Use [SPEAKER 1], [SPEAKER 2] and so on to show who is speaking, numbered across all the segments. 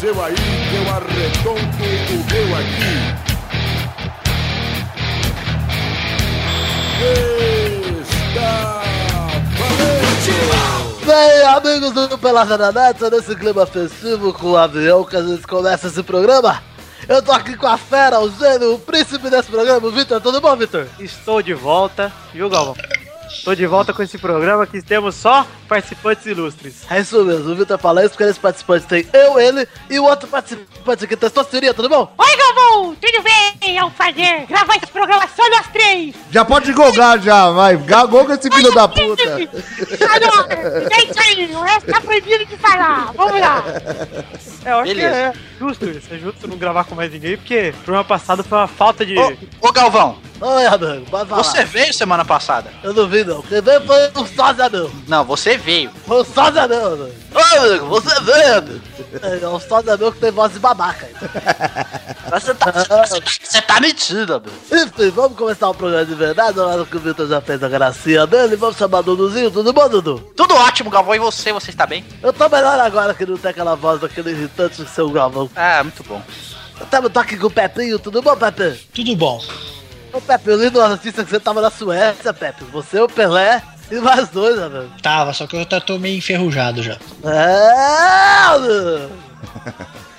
[SPEAKER 1] seu aí, que eu arredonto o meu aqui. Está valente!
[SPEAKER 2] Bem, amigos do Pelada na Neta, nesse clima festivo com o avião que a gente começa esse programa. Eu tô aqui com a fera, o gênio, o príncipe desse programa, o Vitor. Tudo bom, Vitor?
[SPEAKER 3] Estou de volta, viu, Galvão? Estou de volta com esse programa que temos só participantes ilustres.
[SPEAKER 2] É isso mesmo, o Vitor fala isso porque nesse participante tem eu, ele e o outro participante aqui, Testosteria, tudo bom?
[SPEAKER 4] Oi, Galvão! Tudo bem? É um prazer gravar esse programa só nós três!
[SPEAKER 5] Já pode golgar já, vai. Golga esse filho da puta.
[SPEAKER 4] Alô, é isso aí, o resto tá proibido de falar. Vamos lá!
[SPEAKER 3] É, eu acho que
[SPEAKER 6] Beleza.
[SPEAKER 3] é justo isso. É justo não gravar com mais ninguém, porque o programa passado foi uma falta
[SPEAKER 7] Oh,
[SPEAKER 3] de.
[SPEAKER 6] Ô, ô, Galvão,
[SPEAKER 2] Oi, amigo, pode falar.
[SPEAKER 6] você veio semana passada.
[SPEAKER 2] Eu não vi, não. Quem veio foi o Sósia, não.
[SPEAKER 6] Não, você veio.
[SPEAKER 2] Foi o Sósia, não, amigo.
[SPEAKER 6] Ô, amigo, você veio, amigo.
[SPEAKER 2] É o Sósia, meu, que tem voz de babaca. então.
[SPEAKER 6] Você tá, você, você tá mentindo, amigo.
[SPEAKER 2] Enfim, vamos começar o programa de verdade, na hora que o Vitor já fez a gracinha dele. Vamos chamar o Duduzinho, tudo bom, Dudu?
[SPEAKER 6] Tudo ótimo, Galvão, e você? Você está bem?
[SPEAKER 2] Eu tô melhor agora que não tem aquela voz daquele irritante do seu Galvão.
[SPEAKER 6] Ah, muito bom.
[SPEAKER 2] Eu tava toque com o Pepinho, tudo bom, Pepe?
[SPEAKER 7] Tudo bom.
[SPEAKER 2] Ô, Pepe, eu li numa notícia que você tava na Suécia, Pepe. Você, o Pelé e mais dois, né, velho?
[SPEAKER 7] Tava, só que eu já tô meio enferrujado já.
[SPEAKER 2] É, mano.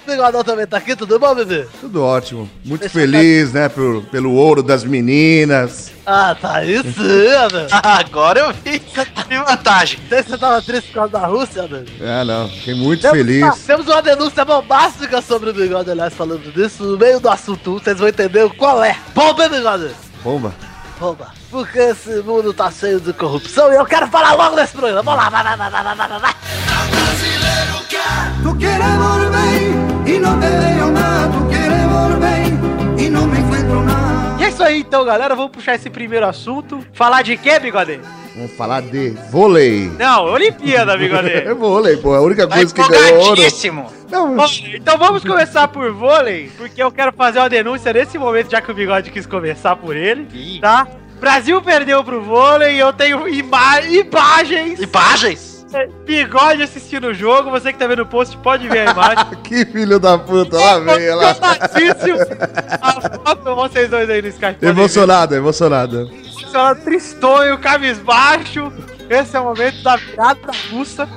[SPEAKER 2] O Bigodão também tá aqui, tudo bom, bebê?
[SPEAKER 5] Tudo ótimo. Muito feliz, né, pelo, pelo ouro das meninas.
[SPEAKER 2] Ah, tá aí sim, velho.
[SPEAKER 6] Agora eu vi. Que vantagem.
[SPEAKER 2] Sei que você tava triste por causa da Rússia, né? velho.
[SPEAKER 5] Ah, não. Fiquei muito
[SPEAKER 2] Ah,
[SPEAKER 5] feliz.
[SPEAKER 2] temos uma denúncia bombástica sobre o bigode, aliás, falando disso. No meio do assunto, um, vocês vão entender qual é. Bomba, bigode!
[SPEAKER 5] Bomba.
[SPEAKER 2] Bomba! Porque esse mundo tá cheio de corrupção e eu quero falar logo nesse programa. Vamos lá, vai, vai, vai, vai, vai, vai, vai, vai.
[SPEAKER 8] Tú quieres volver y no te dejo nada. Tú quieres volver y no me encuentro nada.
[SPEAKER 3] E é isso aí então, galera. Vamos puxar esse primeiro assunto. Falar de quê, Bigode?
[SPEAKER 5] Vamos falar de vôlei.
[SPEAKER 3] Não, Olimpíada,
[SPEAKER 5] É
[SPEAKER 3] Bigode.
[SPEAKER 5] vôlei, pô. É a única
[SPEAKER 6] Tá
[SPEAKER 5] coisa que ganhou ouro.
[SPEAKER 6] empolgadíssimo.
[SPEAKER 5] Não,
[SPEAKER 3] Bom, então vamos começar por vôlei, porque eu quero fazer uma denúncia nesse momento, já que o Bigode quis começar por ele,
[SPEAKER 6] Ih.
[SPEAKER 3] tá? Brasil perdeu pro vôlei, eu tenho ima imagens.
[SPEAKER 6] Imagens?
[SPEAKER 3] É, Bigode assistindo o jogo, você que tá vendo o post pode ver a imagem.
[SPEAKER 5] que filho da puta. Lá vem ela.
[SPEAKER 3] Emocionadíssimo. A foto, vocês dois aí no Skype. podem ver.
[SPEAKER 5] Emocionado, emocionado.
[SPEAKER 3] Emocionado, tristonho, cabisbaixo. Esse é o momento da virada russa.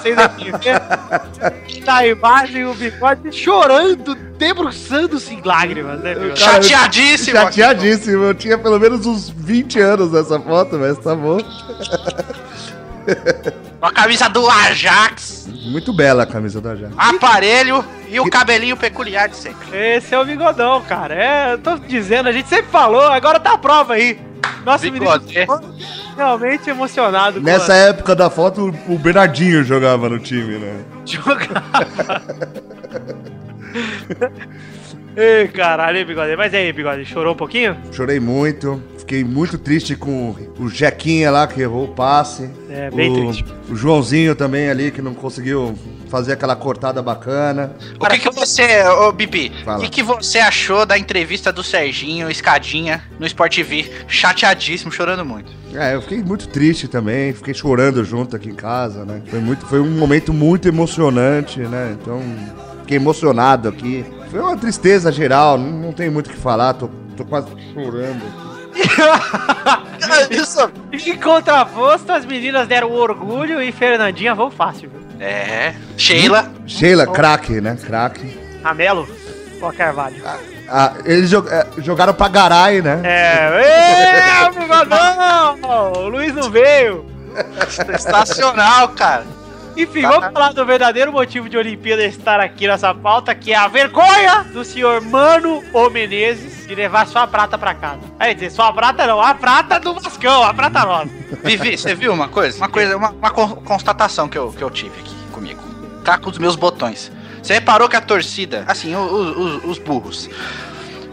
[SPEAKER 3] Vocês aqui ver. Na imagem, o bigode chorando, debruçando-se em lágrimas, né, bigode?
[SPEAKER 5] Cara, eu-
[SPEAKER 6] Chateadíssimo.
[SPEAKER 5] Chateadíssimo. Eu tinha pelo menos uns 20 anos nessa foto, mas tá bom.
[SPEAKER 6] Com a camisa do Ajax,
[SPEAKER 5] Muito bela a camisa da Jaque.
[SPEAKER 6] aparelho e o cabelinho peculiar de sempre.
[SPEAKER 3] Esse é o bigodão, cara. É, eu tô dizendo, a gente sempre falou, agora tá a prova aí. Nosso
[SPEAKER 6] Bigode.
[SPEAKER 3] menino ficou realmente emocionado. com
[SPEAKER 5] Nessa
[SPEAKER 3] a-
[SPEAKER 5] época da foto, o Bernardinho jogava no time, né?
[SPEAKER 3] Jogava. Ei, caralho, hein, bigode. Mas e aí, bigode, chorou um pouquinho?
[SPEAKER 5] Chorei muito, fiquei muito triste com o Jequinha lá que errou o passe.
[SPEAKER 3] É, bem
[SPEAKER 5] o,
[SPEAKER 3] triste.
[SPEAKER 5] O Joãozinho também ali que não conseguiu fazer aquela cortada bacana.
[SPEAKER 6] O que, que você, ô Bibi, o
[SPEAKER 5] Fala.
[SPEAKER 6] que, que você achou da entrevista do Serginho Escadinha no Sport TV? Chateadíssimo, chorando muito.
[SPEAKER 5] É, eu fiquei muito triste também, fiquei chorando junto aqui em casa, né? Foi, muito, foi um momento muito emocionante, né? Então, fiquei emocionado aqui. Foi uma tristeza geral, não, não tem muito o que falar, tô, tô quase chorando.
[SPEAKER 3] Em contraposto, as meninas deram orgulho e Fernandinha vão fácil, viu?
[SPEAKER 6] É. Sheila.
[SPEAKER 5] Sheila, craque, né? Craque.
[SPEAKER 3] Ramelo? Ó, Carvalho.
[SPEAKER 5] Ah, eles jo- eh, jogaram pra Garay, né?
[SPEAKER 3] É, ê, bigodão! O Luiz não veio.
[SPEAKER 6] Sensacional, cara.
[SPEAKER 3] Enfim, vamos falar do verdadeiro motivo de Olimpíada estar aqui nessa pauta, que é a vergonha do senhor Mano O Menezes de levar só a prata pra casa. Aí, dizer, só a prata não, a prata do Vascão, a prata nossa.
[SPEAKER 6] Vivi, você viu uma coisa? Uma coisa, uma, uma con- constatação que eu, que eu tive aqui comigo. Tá com os meus botões. Você reparou que a torcida, assim, o- o- os, os burros.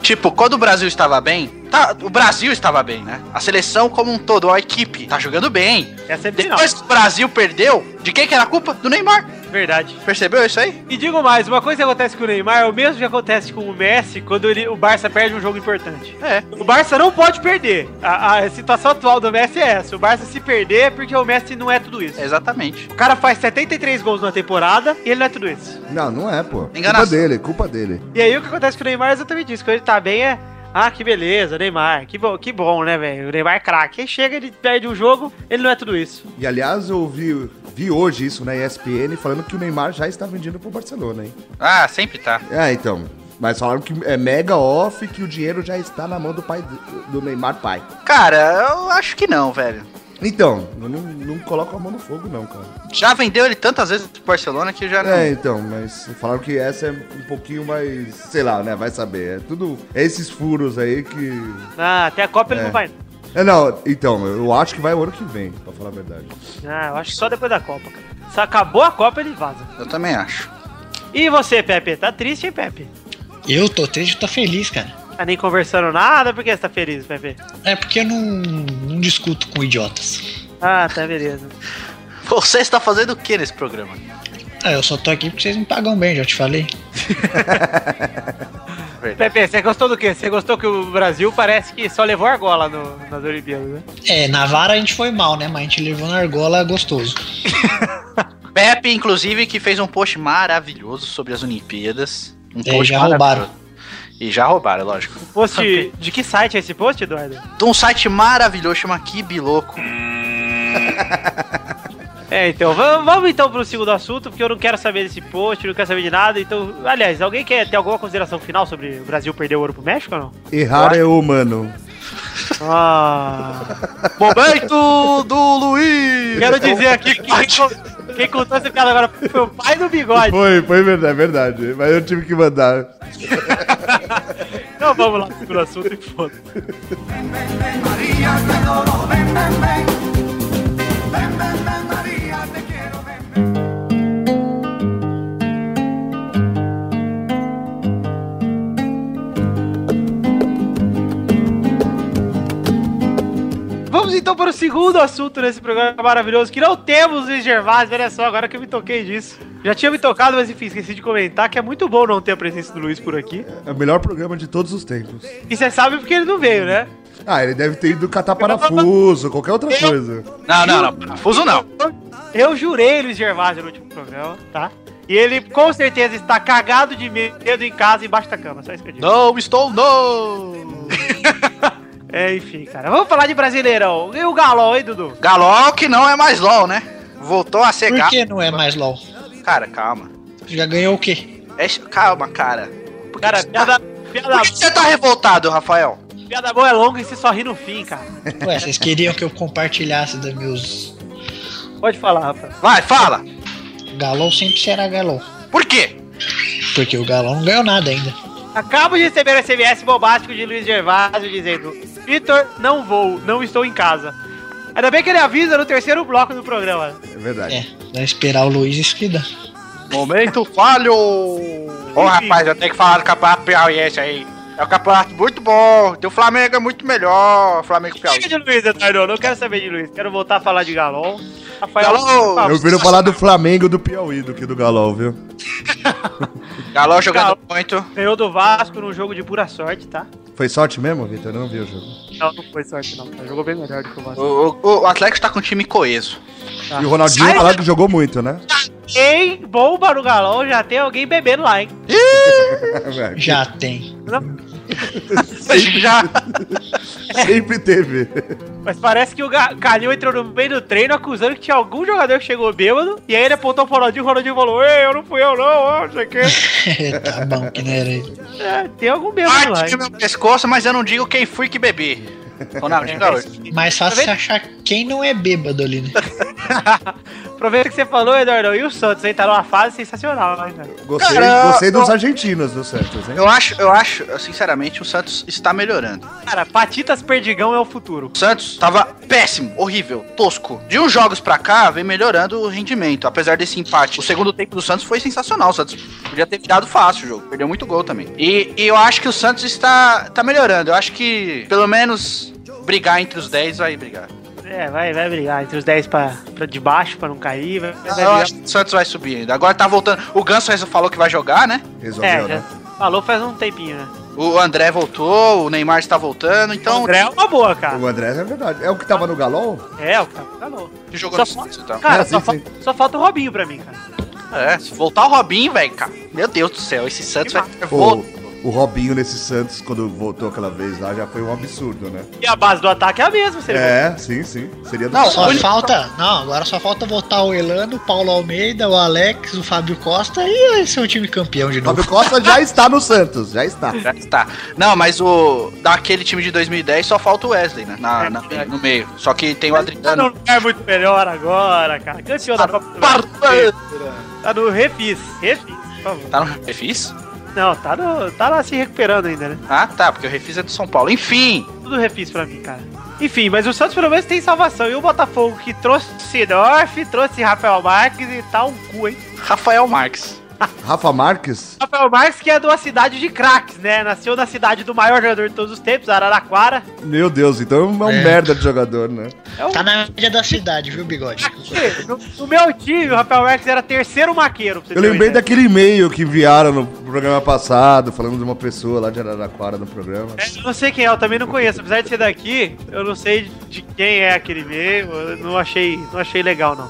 [SPEAKER 6] Tipo, quando o Brasil estava bem, tá, o Brasil estava bem, né? A seleção como um todo, a equipe, tá jogando bem.
[SPEAKER 3] Essa é a final.
[SPEAKER 6] Depois que o Brasil perdeu, de quem que era a culpa? Do Neymar.
[SPEAKER 3] Verdade.
[SPEAKER 6] Percebeu isso aí?
[SPEAKER 3] E digo mais, uma coisa que acontece com o Neymar é o mesmo que acontece com o Messi quando ele- o Barça perde um jogo importante.
[SPEAKER 6] É.
[SPEAKER 3] O Barça não pode perder. A, a situação atual do Messi é essa. O Barça se perder é porque o Messi não é tudo isso.
[SPEAKER 6] Exatamente.
[SPEAKER 3] O cara faz 73 gols na temporada e ele não é tudo isso.
[SPEAKER 5] Não, não é, pô.
[SPEAKER 6] Enganação.
[SPEAKER 5] Culpa dele, culpa dele.
[SPEAKER 3] E aí o que acontece com o Neymar é exatamente isso. Quando ele tá bem é... Ah, que beleza, Neymar. Que bom, que bom né, velho? O Neymar é craque. Aí chega, ele perde um jogo, ele não é tudo isso.
[SPEAKER 5] E aliás, eu vi, vi hoje isso na ESPN falando que o Neymar já está vendido pro Barcelona, hein?
[SPEAKER 6] Ah, sempre tá.
[SPEAKER 5] É, então. Mas falaram que é mega off que o dinheiro já está na mão do pai do Neymar pai.
[SPEAKER 6] Cara, eu acho que não, velho.
[SPEAKER 5] Então, eu não, não coloco a mão no fogo, não, cara.
[SPEAKER 6] Já vendeu ele tantas vezes pro Barcelona que já não.
[SPEAKER 5] É, então, mas falaram que essa é um pouquinho mais. Sei lá, né? Vai saber. É tudo. É esses furos aí que.
[SPEAKER 3] Ah, até a Copa ele
[SPEAKER 5] É.
[SPEAKER 3] não vai.
[SPEAKER 5] É, não, então, eu acho que vai o ano que vem, pra falar a verdade.
[SPEAKER 3] Ah, eu acho que só depois da Copa, cara. Se acabou a Copa, ele vaza.
[SPEAKER 6] Eu também acho.
[SPEAKER 3] E você, Pepe? Tá triste, hein, Pepe?
[SPEAKER 7] Eu tô triste, eu tô feliz, cara.
[SPEAKER 3] Tá nem conversando nada, por que você tá feliz, Pepe?
[SPEAKER 7] É porque eu não, não discuto com idiotas.
[SPEAKER 3] Ah, tá, beleza.
[SPEAKER 6] Você está fazendo o que nesse programa?
[SPEAKER 7] Ah, eu só tô aqui porque vocês me pagam bem, já te falei.
[SPEAKER 3] Pepe, você gostou do quê? Você gostou que o Brasil parece que só levou argola no, nas Olimpíadas, né?
[SPEAKER 7] É, na vara a gente foi mal, né? Mas a gente levou na argola gostoso.
[SPEAKER 6] Pepe, inclusive, que fez um post maravilhoso sobre as Olimpíadas. Um
[SPEAKER 7] É, já roubaram.
[SPEAKER 6] maravilhoso. E já roubaram, é lógico.
[SPEAKER 3] Post. De que site é esse post, Eduardo?
[SPEAKER 6] De um site maravilhoso, chama Kibiloco.
[SPEAKER 3] É, então, vamos, vamos então pro segundo assunto, porque eu não quero saber desse post, não quero saber de nada. Então, aliás, alguém quer ter alguma consideração final sobre o Brasil perder o ouro pro México ou não?
[SPEAKER 5] Errar é humano.
[SPEAKER 3] Ah.
[SPEAKER 6] Momento do Luiz!
[SPEAKER 3] Quero dizer aqui que quem, co- quem contou essa piada agora foi o pai do bigode.
[SPEAKER 5] Foi, foi verdade, é verdade. Mas eu tive que mandar.
[SPEAKER 3] Então vamos lá pro segundo assunto e foda.
[SPEAKER 8] María, te adoro, ven, ven, ven. Ven, ven, ven, María, te quiero, ven.
[SPEAKER 3] Vamos então para o segundo assunto nesse programa maravilhoso, que não temos Luiz Gervásio, olha só, agora que eu me toquei disso. Já tinha me tocado, mas enfim, esqueci de comentar que é muito bom não ter a presença do Luiz por aqui.
[SPEAKER 5] É o melhor programa de todos os tempos.
[SPEAKER 3] E você sabe porque ele não veio, né?
[SPEAKER 5] Ah, ele deve ter ido catar parafuso, qualquer outra coisa.
[SPEAKER 6] Não, não, não. Parafuso não.
[SPEAKER 3] Então, Eu jurei Luiz Gervásio no último programa, tá? E ele com certeza está cagado de medo em casa, embaixo da cama, só isso que eu digo.
[SPEAKER 6] Não estou não!
[SPEAKER 3] É, enfim, cara. Vamos falar de Brasileirão. E o Galol, hein, Dudu?
[SPEAKER 6] Galol que não é mais LOL, né? Voltou a ser
[SPEAKER 7] Por
[SPEAKER 6] Galol.
[SPEAKER 7] que não é mais LOL?
[SPEAKER 6] Cara, calma.
[SPEAKER 7] Já ganhou o quê?
[SPEAKER 6] É isso- calma, cara. Por que
[SPEAKER 3] Cara,
[SPEAKER 6] você tá-
[SPEAKER 3] piada,
[SPEAKER 6] Por
[SPEAKER 3] piada,
[SPEAKER 6] que você tá revoltado, Rafael?
[SPEAKER 3] piada boa é longa e você só ri no fim, cara.
[SPEAKER 7] Ué, vocês queriam que eu compartilhasse dos meus.
[SPEAKER 3] Pode falar, rapaz.
[SPEAKER 6] Vai, fala.
[SPEAKER 7] Galol sempre será Galol.
[SPEAKER 6] Por quê?
[SPEAKER 7] Porque o Galol não ganhou nada ainda.
[SPEAKER 3] Acabo de receber o SMS bombástico de Luiz Gervásio dizendo: Vitor, não vou, não estou em casa. Ainda bem que ele avisa no terceiro bloco do programa.
[SPEAKER 5] É verdade.
[SPEAKER 7] É, vai esperar o Luiz isso que dá.
[SPEAKER 6] Momento falho! Ô rapaz, eu tenho que falar do campeonato piauiense aí. É um campeonato muito bom. Tem o Flamengo é muito melhor. Flamengo
[SPEAKER 3] Chega
[SPEAKER 6] piauiense.
[SPEAKER 3] de Luiz, Eduardo, não quero saber de Luiz. Quero voltar a falar de Galol. Rafael,
[SPEAKER 6] Galol!
[SPEAKER 3] por
[SPEAKER 5] Eu
[SPEAKER 3] favor.
[SPEAKER 5] prefiro falar do Flamengo do Piauí do que do Galol, viu?
[SPEAKER 6] Galol jogando
[SPEAKER 3] Galol.
[SPEAKER 6] muito.
[SPEAKER 3] ganhou do Vasco num jogo de pura sorte, tá?
[SPEAKER 5] Foi sorte mesmo, Vitor? Eu não vi o jogo.
[SPEAKER 3] Não, não foi sorte, não. cara. Jogou bem melhor do que o Vasco.
[SPEAKER 6] O, o- o Atlético tá com um time coeso.
[SPEAKER 5] E o Ronaldinho
[SPEAKER 3] Sai,
[SPEAKER 5] falaram que jogou muito, né?
[SPEAKER 3] Ei, bomba no Galol, já tem alguém bebendo lá, hein?
[SPEAKER 5] É
[SPEAKER 7] Já tem.
[SPEAKER 6] Sempre já.
[SPEAKER 5] Sempre teve.
[SPEAKER 3] Mas parece que o Ga- Calil entrou no meio do treino acusando que tinha algum jogador que chegou bêbado. E aí ele apontou pro Ronaldinho e o Ronaldinho falou: Ei, eu não fui eu, não, ó, não sei o quê.
[SPEAKER 7] tá bom que não era ele.
[SPEAKER 3] É, tem algum bêbado lá.
[SPEAKER 6] Parte do
[SPEAKER 3] hein?
[SPEAKER 6] meu pescoço, mas eu não digo quem fui que bebi. Ronaldinho Gaúcho.
[SPEAKER 7] Mais
[SPEAKER 3] Tá
[SPEAKER 7] fácil
[SPEAKER 3] vendo?
[SPEAKER 7] você achar quem não é bêbado ali, né?
[SPEAKER 3] Aproveita que você falou, Eduardo. E o Santos, hein? Tá numa fase sensacional, hein, cara?
[SPEAKER 5] Gostei,
[SPEAKER 6] Cara,
[SPEAKER 5] gostei dos
[SPEAKER 6] eu-
[SPEAKER 5] argentinos do Santos, hein?
[SPEAKER 6] Eu acho, eu acho, eu, sinceramente, o Santos está melhorando.
[SPEAKER 3] Cara, Patitas Perdigão é o futuro.
[SPEAKER 6] O Santos tava péssimo, horrível, tosco. De uns jogos pra cá, vem melhorando o rendimento, apesar desse empate. O segundo tempo do Santos foi sensacional. O Santos podia ter virado fácil o jogo. Perdeu muito gol também. E, e eu acho que o Santos está tá melhorando. Eu acho que, pelo menos, brigar entre os 10 vai brigar.
[SPEAKER 3] é, vai, vai brigar entre os 10 pra, pra de baixo, pra não cair. Vai, vai
[SPEAKER 6] Ah, eu
[SPEAKER 3] brigar.
[SPEAKER 6] acho que o Santos vai subir ainda. Agora tá voltando. O Ganso res- falou que vai jogar, né?
[SPEAKER 5] Resolveu,
[SPEAKER 3] É, já
[SPEAKER 5] né?
[SPEAKER 3] falou faz um tempinho, né?
[SPEAKER 6] O André voltou, o Neymar está voltando, então.
[SPEAKER 3] o André é uma boa, cara.
[SPEAKER 5] O André é verdade. É o que tava no galol?
[SPEAKER 3] É, o cara falou.
[SPEAKER 6] que
[SPEAKER 3] Só
[SPEAKER 6] jogou no
[SPEAKER 3] fa-
[SPEAKER 6] Santos, então.
[SPEAKER 3] Cara,
[SPEAKER 5] É,
[SPEAKER 3] só,
[SPEAKER 5] sim,
[SPEAKER 3] fa-
[SPEAKER 5] sim.
[SPEAKER 3] só falta o Robinho pra mim, cara.
[SPEAKER 6] É, se voltar o Robinho, velho, cara. Meu Deus do céu, esse Santos vai ter
[SPEAKER 5] Pô,
[SPEAKER 6] volta.
[SPEAKER 5] o Robinho nesse Santos, quando voltou aquela vez lá, já foi um absurdo, né?
[SPEAKER 3] E a base do ataque é a mesma, se ele
[SPEAKER 5] É, sim, sim. Seria do
[SPEAKER 6] Não,
[SPEAKER 5] Santos.
[SPEAKER 7] Só
[SPEAKER 6] Olha-
[SPEAKER 7] falta. Não, agora só falta voltar o Elano, o Paulo Almeida, o Alex, o Fábio Costa e aí ser um time campeão de novo.
[SPEAKER 5] Fábio Costa já está no Santos, já está.
[SPEAKER 6] Já está. Não, mas o. Daquele time de 2010 só falta o Wesley, né? Na, na- no meio. Só que tem o
[SPEAKER 3] Tá num
[SPEAKER 6] Adriano.
[SPEAKER 3] lugar muito melhor agora, cara. Campeão da
[SPEAKER 5] Tá
[SPEAKER 3] Copa do Brasil.
[SPEAKER 6] Parta-
[SPEAKER 3] Tá no refis. Refis, por favor.
[SPEAKER 6] Tá no Refis?
[SPEAKER 3] Não, tá, no, tá lá se recuperando ainda, né?
[SPEAKER 6] Ah, tá, porque o Refis é do São Paulo. Enfim,
[SPEAKER 3] Tudo refis pra mim, cara. Enfim, mas o Santos pelo menos tem salvação. E o Botafogo que trouxe Sidorf, trouxe Rafael Marques e tá um cu, hein?
[SPEAKER 6] Rafael Marques.
[SPEAKER 5] Rafa Marques?
[SPEAKER 3] Rafael Marques que é de uma cidade de craques, né? Nasceu na cidade do maior jogador de todos os tempos, Araraquara.
[SPEAKER 5] Meu Deus, então é um
[SPEAKER 7] É.
[SPEAKER 5] merda de jogador, né?
[SPEAKER 3] É um
[SPEAKER 7] Tá na média da cidade, viu, bigode?
[SPEAKER 3] No, no meu time, o Rafael Marques era terceiro maqueiro. Pra você ter
[SPEAKER 5] Eu lembrei
[SPEAKER 3] uma ideia.
[SPEAKER 5] daquele e-mail que enviaram no programa passado, falando de uma pessoa lá de Araraquara no programa.
[SPEAKER 3] É, Eu não sei quem é, eu também não conheço. Apesar de ser daqui, eu não sei de quem é aquele meio. Eu não achei, não achei legal, não.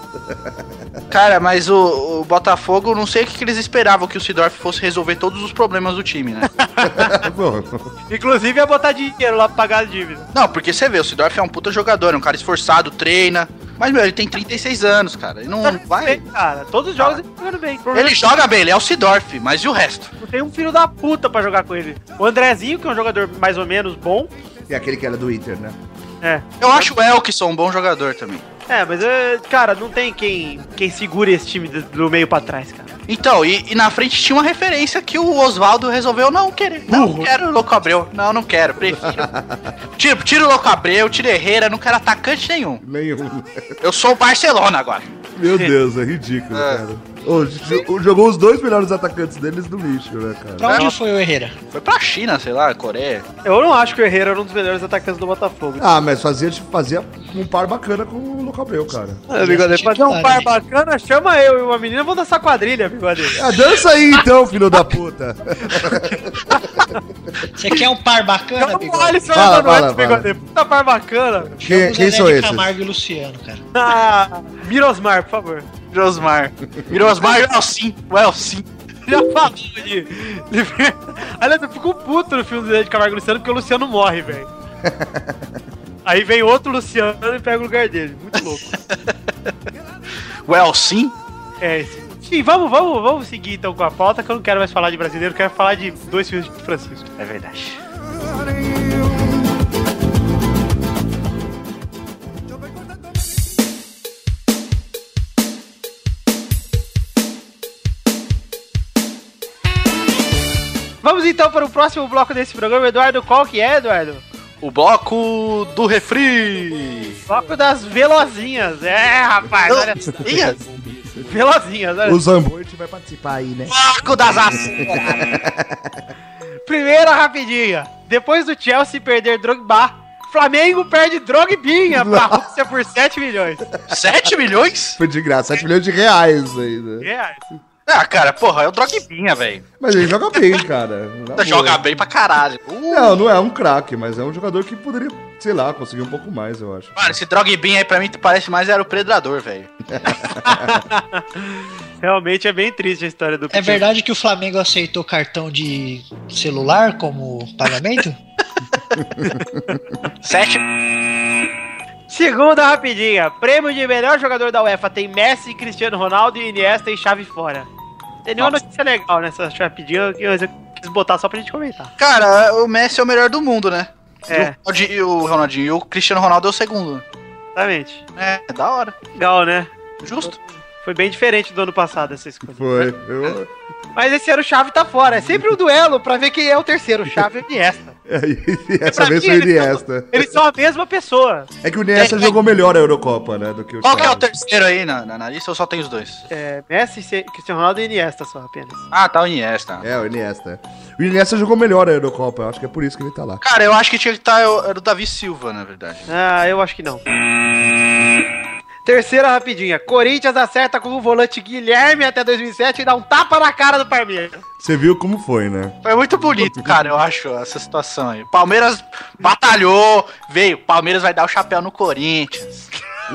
[SPEAKER 6] Cara, mas o, o Botafogo, não sei o que, que eles esperavam que o Sidorf fosse resolver todos os problemas do time, né?
[SPEAKER 5] Tá Bom,
[SPEAKER 3] Inclusive ia botar dinheiro lá pra pagar a dívida.
[SPEAKER 6] Não, porque você vê, o Sidorf é um puta jogador, é um cara esforçado, treina. Mas, meu, ele tem 36 anos, cara. Ele não
[SPEAKER 3] Mas
[SPEAKER 6] Hum, vai.
[SPEAKER 3] bem, cara. Todos os jogos ele tá jogando bem. O problema
[SPEAKER 6] Ele joga bem, ele é o Sidorf, mas e o resto?
[SPEAKER 3] é que Não tem um filho da puta pra jogar com ele. O Andrezinho, que é um jogador mais ou menos bom.
[SPEAKER 5] e É aquele que era do Inter, né?
[SPEAKER 3] É.
[SPEAKER 6] Eu acho o Elkson um bom jogador também.
[SPEAKER 3] É, mas, é, cara, não tem quem, quem segure esse time do, do meio pra trás, cara.
[SPEAKER 6] Então, e, e na frente tinha uma referência que o Oswaldo resolveu não querer. Não quero o Louco Abreu. Não, não quero, prefiro. tira, tira o Louco Abreu, tira Herrera, não quero atacante nenhum.
[SPEAKER 5] Nenhum.
[SPEAKER 6] Eu sou o Barcelona agora.
[SPEAKER 5] Meu Deus, é ridículo,
[SPEAKER 6] É.
[SPEAKER 5] cara. Ô, j- j- jogou os dois melhores atacantes deles no lixo, né, cara?
[SPEAKER 7] Pra onde foi o Herrera?
[SPEAKER 6] Foi pra China, sei lá, Coreia.
[SPEAKER 3] Eu não acho que o Herrera era um dos melhores atacantes do Botafogo.
[SPEAKER 5] Ah, mas fazia, tipo, fazia um par bacana com o Louco Abreu, cara.
[SPEAKER 3] Ah, Bigode,
[SPEAKER 7] é
[SPEAKER 3] fazer um par
[SPEAKER 7] Titular,
[SPEAKER 3] bacana, chama eu e uma menina, vou dançar quadrilha, Bigode.
[SPEAKER 5] Ah, dança aí então, filho da puta.
[SPEAKER 7] Você quer um par bacana,
[SPEAKER 3] Chama o
[SPEAKER 7] bigode?
[SPEAKER 3] Alisson
[SPEAKER 5] Fala,
[SPEAKER 3] e o Emanuel,
[SPEAKER 5] fala,
[SPEAKER 3] Bigode. Puta par bacana.
[SPEAKER 5] Quem,
[SPEAKER 7] Os
[SPEAKER 5] quem
[SPEAKER 7] Zé
[SPEAKER 5] são
[SPEAKER 7] de
[SPEAKER 5] esses?
[SPEAKER 7] Camargo e Luciano, cara.
[SPEAKER 3] Ah, Mirosmar, por favor.
[SPEAKER 6] Mirosmar. Mirosmar e é o Elcim. O Elcim.
[SPEAKER 3] Já falou de. de- Aliás, eu fico puto no filme do Zé de Camargo e Luciano porque o Luciano morre, velho. Aí vem outro Luciano e pega o lugar dele. Muito louco.
[SPEAKER 6] O Elcim?
[SPEAKER 3] É isso. Enfim, vamos, vamos, vamos seguir então com a pauta, que eu não quero mais falar de brasileiro, eu quero falar de dois filmes de Francisco.
[SPEAKER 6] É verdade.
[SPEAKER 3] Vamos então para o próximo bloco desse programa, Eduardo. Qual que é, Eduardo?
[SPEAKER 6] O bloco do refri.
[SPEAKER 3] Bloco das velozinhas. É, rapaz, olha. Velozinhas, olha.
[SPEAKER 5] O Zamboit vai participar aí, né?
[SPEAKER 6] Bloco das ações.
[SPEAKER 3] Primeira rapidinha. Depois do Chelsea perder Drogba, Flamengo perde Drogbinha pra Rússia por 7 milhões.
[SPEAKER 6] 7 milhões?
[SPEAKER 5] Foi de graça, 7 milhões de reais ainda.
[SPEAKER 3] Reais.
[SPEAKER 6] Ah, cara, porra, é o Drogbinha, velho.
[SPEAKER 5] Mas ele joga bem, cara. Na boa.
[SPEAKER 6] Joga bem pra caralho. Uh,
[SPEAKER 5] Não, não é um craque, mas é um jogador que poderia, sei lá, conseguir um pouco mais, eu acho.
[SPEAKER 6] Mano, esse Drogbinha aí pra mim parece mais era o Predador, velho.
[SPEAKER 3] Realmente é bem triste a história do
[SPEAKER 7] É
[SPEAKER 3] Piquet.
[SPEAKER 7] verdade que o Flamengo aceitou cartão de celular como pagamento?
[SPEAKER 6] 7
[SPEAKER 3] Segunda rapidinha. Prêmio de melhor jogador da UEFA tem Messi, Cristiano Ronaldo e Iniesta e chave fora. Tem nenhuma
[SPEAKER 6] Nossa.
[SPEAKER 3] notícia legal nessa rapidinha que eu quis botar só pra gente comentar.
[SPEAKER 6] Cara, o Messi é o melhor do mundo, né?
[SPEAKER 3] É.
[SPEAKER 6] E o Ronaldinho- E o Ronaldinho. E o Cristiano Ronaldo é o segundo.
[SPEAKER 3] Exatamente.
[SPEAKER 6] É, é da hora.
[SPEAKER 3] Legal, né?
[SPEAKER 6] Justo.
[SPEAKER 3] Foi bem diferente do ano passado essa escolha.
[SPEAKER 5] Foi. Eu...
[SPEAKER 3] Mas esse ano o Chave tá fora. É sempre um duelo pra ver quem é o terceiro, Chave e Iniesta.
[SPEAKER 5] é,
[SPEAKER 6] É
[SPEAKER 5] E essa
[SPEAKER 3] Pra
[SPEAKER 5] vez
[SPEAKER 3] mim,
[SPEAKER 5] foi
[SPEAKER 3] eles são-
[SPEAKER 5] o Iniesta.
[SPEAKER 3] Eles são a mesma pessoa.
[SPEAKER 5] É que o Iniesta jogou melhor a Eurocopa, né? Do que o
[SPEAKER 6] Qual que é o
[SPEAKER 5] Xavi.
[SPEAKER 6] terceiro aí na, na, na lista? Eu só tenho os dois.
[SPEAKER 3] É, Messi, C- Cristiano Ronaldo e Iniesta só apenas.
[SPEAKER 6] Ah, tá o Iniesta.
[SPEAKER 5] É, o Iniesta. O Iniesta jogou melhor a Eurocopa, eu acho que é por isso que ele tá lá.
[SPEAKER 6] Cara, eu acho que tinha que estar. Era o Davi Silva, na verdade.
[SPEAKER 3] Ah, eu acho que não. Terceira rapidinha. Corinthians acerta com o volante Guilherme até 2007 e dá um tapa na cara do Palmeiras.
[SPEAKER 5] Você viu como foi, né?
[SPEAKER 6] Foi muito bonito, cara, eu acho, essa situação aí. Palmeiras batalhou, veio. Palmeiras vai dar o chapéu no Corinthians.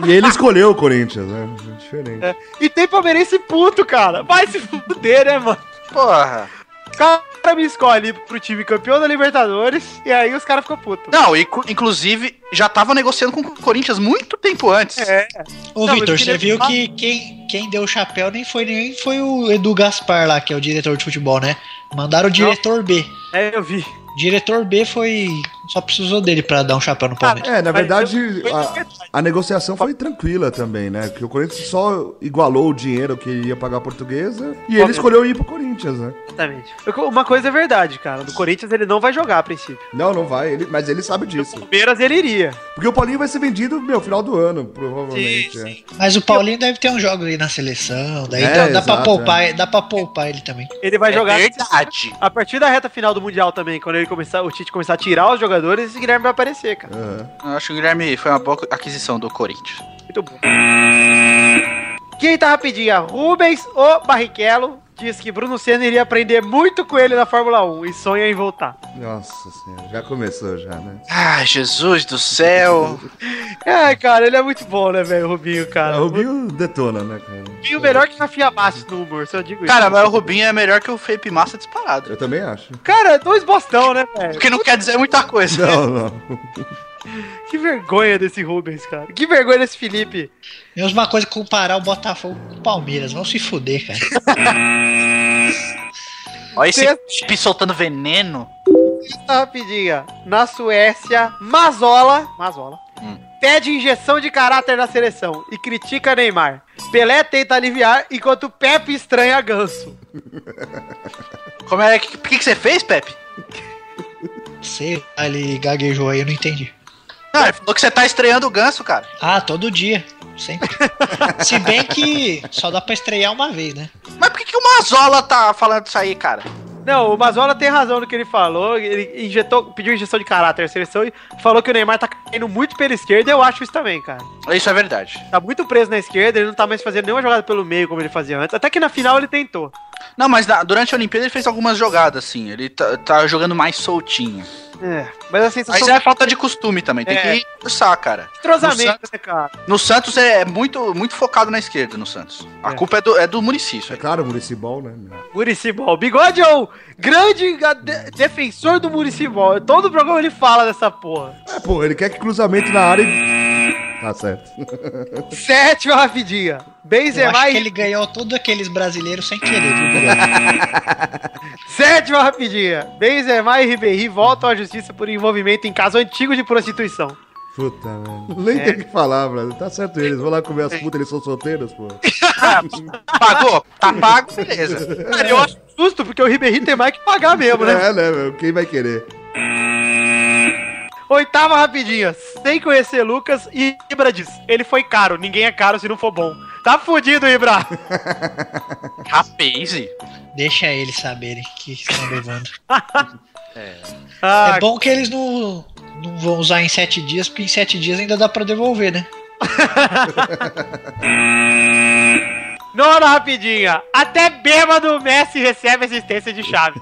[SPEAKER 5] E ele escolheu o Corinthians, né? Diferente.
[SPEAKER 3] né? E tem palmeirense puto, cara. Vai se fuder, né, mano?
[SPEAKER 6] Porra.
[SPEAKER 3] O cara me escolhe pro time campeão da Libertadores e aí os caras ficam putos.
[SPEAKER 6] Não, e, cu- inclusive, já tava negociando com o Corinthians muito tempo antes.
[SPEAKER 3] É,
[SPEAKER 7] Ô,
[SPEAKER 3] Não, eu
[SPEAKER 7] Vitor,
[SPEAKER 3] queria
[SPEAKER 7] você viu
[SPEAKER 3] falar-
[SPEAKER 7] que quem, quem deu o chapéu nem foi nem foi o Edu Gaspar lá, que é o diretor de futebol, né? Mandaram o diretor B.
[SPEAKER 3] é, eu vi.
[SPEAKER 7] Diretor B foi. Só precisou dele pra dar um chapéu no Palmeiras.
[SPEAKER 5] É, na
[SPEAKER 3] Mas
[SPEAKER 5] verdade,
[SPEAKER 3] foi de
[SPEAKER 5] a,
[SPEAKER 3] verdade.
[SPEAKER 5] a negociação foi tranquila também, né? Porque o Corinthians só igualou o dinheiro que ia pagar a portuguesa e ele escolheu ir pro Corinthians, né?
[SPEAKER 3] Exatamente. Eu- Uma coisa é verdade, cara. No Corinthians ele não vai jogar a princípio.
[SPEAKER 5] Não, não vai, ele- mas ele sabe disso.
[SPEAKER 3] Palmeiras ele iria.
[SPEAKER 5] Porque o Paulinho vai ser vendido, meu, final do ano, provavelmente.
[SPEAKER 3] Sim,
[SPEAKER 5] é.
[SPEAKER 9] Ah,
[SPEAKER 7] Mas o Paulinho deve ter um jogo aí na seleção, daí
[SPEAKER 5] É,
[SPEAKER 7] dá, dá pra
[SPEAKER 5] exato,
[SPEAKER 7] poupar, dá pra poupar ele também.
[SPEAKER 3] Ele vai
[SPEAKER 6] É
[SPEAKER 3] jogar
[SPEAKER 6] verdade.
[SPEAKER 3] a partir da reta final do Mundial também, quando ele começar, o Tite começar a tirar os jogadores, esse Guilherme vai aparecer, cara.
[SPEAKER 5] Aham.
[SPEAKER 6] Eu acho que o Guilherme foi uma boa aquisição do Corinthians.
[SPEAKER 3] Muito bom. Quinta rapidinha, é Rubens o Barrichello diz que Bruno Senna iria aprender muito com ele na Fórmula 1 e sonha em voltar.
[SPEAKER 5] Nossa senhora, já começou já, né?
[SPEAKER 6] Ai, Jesus do céu.
[SPEAKER 3] Ai, cara, ele é muito bom, né, velho, Rubinho, cara.
[SPEAKER 6] É,
[SPEAKER 5] Ah, o Rubinho detona, né, cara?
[SPEAKER 3] Rubinho é melhor que Rafinha Bastos no humor, se eu digo isso.
[SPEAKER 6] Cara, mas o Rubinho é melhor que o Felipe Massa disparado.
[SPEAKER 5] Eu também acho.
[SPEAKER 3] Cara, dois bostão, né, velho?
[SPEAKER 6] O que não quer dizer muita coisa.
[SPEAKER 5] Não, não.
[SPEAKER 3] Que vergonha desse Rubens, cara. Que vergonha desse Felipe.
[SPEAKER 7] Mesma coisa comparar o Botafogo com o Palmeiras, vão se fuder, cara.
[SPEAKER 6] Olha esse chip soltando veneno.
[SPEAKER 3] Tá rapidinha. Na Suécia, Mazola. Mazola.
[SPEAKER 6] Hum.
[SPEAKER 3] Pede injeção de caráter na seleção e critica Neymar. Pelé tenta aliviar enquanto Pepe estranha ganso.
[SPEAKER 6] Como é que. O que, que você fez, Pepe?
[SPEAKER 7] Sei lá, ele gaguejou aí, eu não entendi.
[SPEAKER 6] Não, ele falou que você tá estreando o ganso, cara.
[SPEAKER 7] Ah, todo dia, sempre. se bem que só dá pra estrear uma vez, né?
[SPEAKER 6] Mas por que, que o Mazola tá falando isso aí, cara?
[SPEAKER 3] Não, o Mazola tem razão no que ele falou. Ele injetou, pediu injeção de caráter na seleção e falou que o Neymar tá caindo muito pela esquerda. Eu acho isso também, cara.
[SPEAKER 6] Isso é verdade.
[SPEAKER 3] Tá muito preso na esquerda, ele não tá mais fazendo nenhuma jogada pelo meio como ele fazia antes. Até que na final ele tentou.
[SPEAKER 6] Não, mas na- durante a Olimpíada ele fez algumas jogadas, assim. Ele tá, tá jogando mais soltinho.
[SPEAKER 3] É, mas a sensação
[SPEAKER 6] Mas é falta de costume também, tem
[SPEAKER 3] É.
[SPEAKER 6] que forçar, cara.
[SPEAKER 3] de entrosamento, né, cara?
[SPEAKER 6] No Santos é muito, muito focado na esquerda, no Santos. A
[SPEAKER 3] É.
[SPEAKER 6] culpa é do, é do Muricy, isso
[SPEAKER 5] É
[SPEAKER 6] aí.
[SPEAKER 5] claro, municipal, né? meu?
[SPEAKER 3] Murici Ball. Bigode é o grande ga- de- defensor do Murici Ball. Todo programa ele fala dessa porra.
[SPEAKER 5] É, pô, ele quer que cruzamento na área e... Tá certo.
[SPEAKER 3] Sétima rapidinha.
[SPEAKER 7] Eu acho
[SPEAKER 3] Benzema
[SPEAKER 7] que
[SPEAKER 3] e...
[SPEAKER 7] ele ganhou todos aqueles brasileiros sem querer, viu, Bruno?
[SPEAKER 3] Sétima rapidinha. Benzema e Ribéry voltam à justiça por envolvimento em caso antigo de prostituição.
[SPEAKER 5] Puta, velho. Nem
[SPEAKER 6] É.
[SPEAKER 5] tem o que falar, brother. Tá certo eles. Vão lá comer as putas, eles são solteiros, pô.
[SPEAKER 6] Pagou? Tá pago, beleza.
[SPEAKER 3] Cara, eu acho justo, porque o Ribéry tem mais que pagar mesmo, né?
[SPEAKER 5] É, né, meu? Quem vai querer?
[SPEAKER 3] Oitava rapidinha. Sem conhecer Lucas, e Ibra diz, ele foi caro, ninguém é caro se não for bom. Tá fudido, Ibra.
[SPEAKER 6] Rapaz, é hein?
[SPEAKER 7] Deixa eles saberem que estão levando.
[SPEAKER 3] Ah,
[SPEAKER 7] É bom que eles não, não vão usar em sete dias, porque em sete dias ainda dá pra devolver, né?
[SPEAKER 3] Nona rapidinha. Até bêbado o Messi recebe assistência de chave.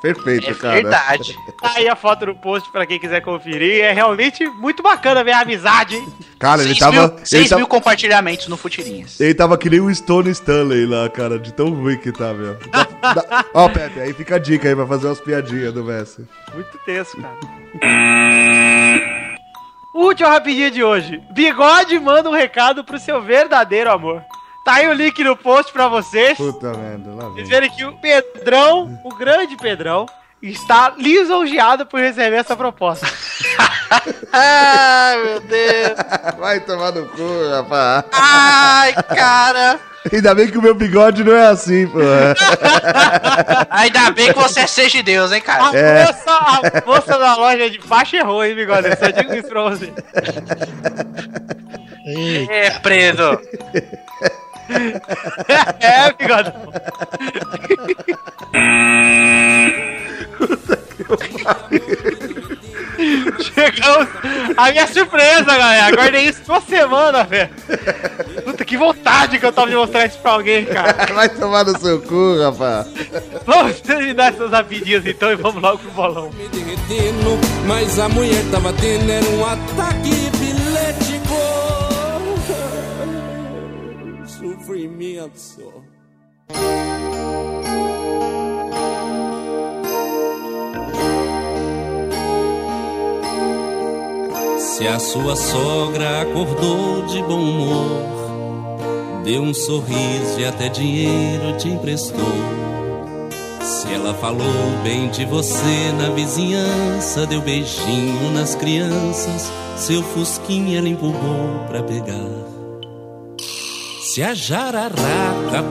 [SPEAKER 5] Perfeito,
[SPEAKER 6] é
[SPEAKER 5] cara. né?
[SPEAKER 6] verdade.
[SPEAKER 3] Tá aí a foto no post pra quem quiser conferir. É realmente muito bacana ver a amizade. hein?
[SPEAKER 5] Cara, ele
[SPEAKER 6] 6
[SPEAKER 5] tava...
[SPEAKER 6] mil,
[SPEAKER 5] Ele
[SPEAKER 6] seis mil
[SPEAKER 5] tava...
[SPEAKER 6] compartilhamentos no Futirinhas.
[SPEAKER 5] Ele tava que nem o Stone Stanley lá, cara, de tão ruim que tá, meu. Dá- dá- Ó, Pepe, aí fica a dica aí pra fazer umas piadinhas do Messi.
[SPEAKER 3] Muito tenso, cara. Última rapidinha de hoje. Bigode manda um recado pro seu verdadeiro amor. Tá aí o link no post pra vocês.
[SPEAKER 5] Puta merda, lá vem.
[SPEAKER 3] Vocês verem que o Pedrão, o grande Pedrão, está lisonjeado por receber essa proposta.
[SPEAKER 6] Ai, meu Deus.
[SPEAKER 5] Vai tomar no cu, rapaz.
[SPEAKER 6] Ai, cara.
[SPEAKER 5] Ainda bem que o meu bigode não é assim, pô.
[SPEAKER 6] Ainda bem que você é seja de Deus, hein,
[SPEAKER 3] A,
[SPEAKER 6] cara.
[SPEAKER 5] É.
[SPEAKER 3] moça, a moça da loja de faixa errou, hein, bigode? Eu só digo isso pra você.
[SPEAKER 7] Ei,
[SPEAKER 6] É, preso.
[SPEAKER 3] É, bigode. Chegamos A minha surpresa, galera. Guardei isso uma semana, velho. Puta, que vontade que eu tava de mostrar isso pra alguém, cara.
[SPEAKER 5] Vai tomar no seu cu, rapaz.
[SPEAKER 3] Vamos terminar essas rapidinhas então e vamos logo pro bolão.
[SPEAKER 10] me derretendo, mas a mulher tava tendo era um ataque epilético. Sofrimento só. Se a sua sogra acordou de bom humor, deu um sorriso e até dinheiro te emprestou. Se ela falou bem de você na vizinhança, deu beijinho nas crianças, seu fusquinha ela empurrou pra pegar. Se a jararaca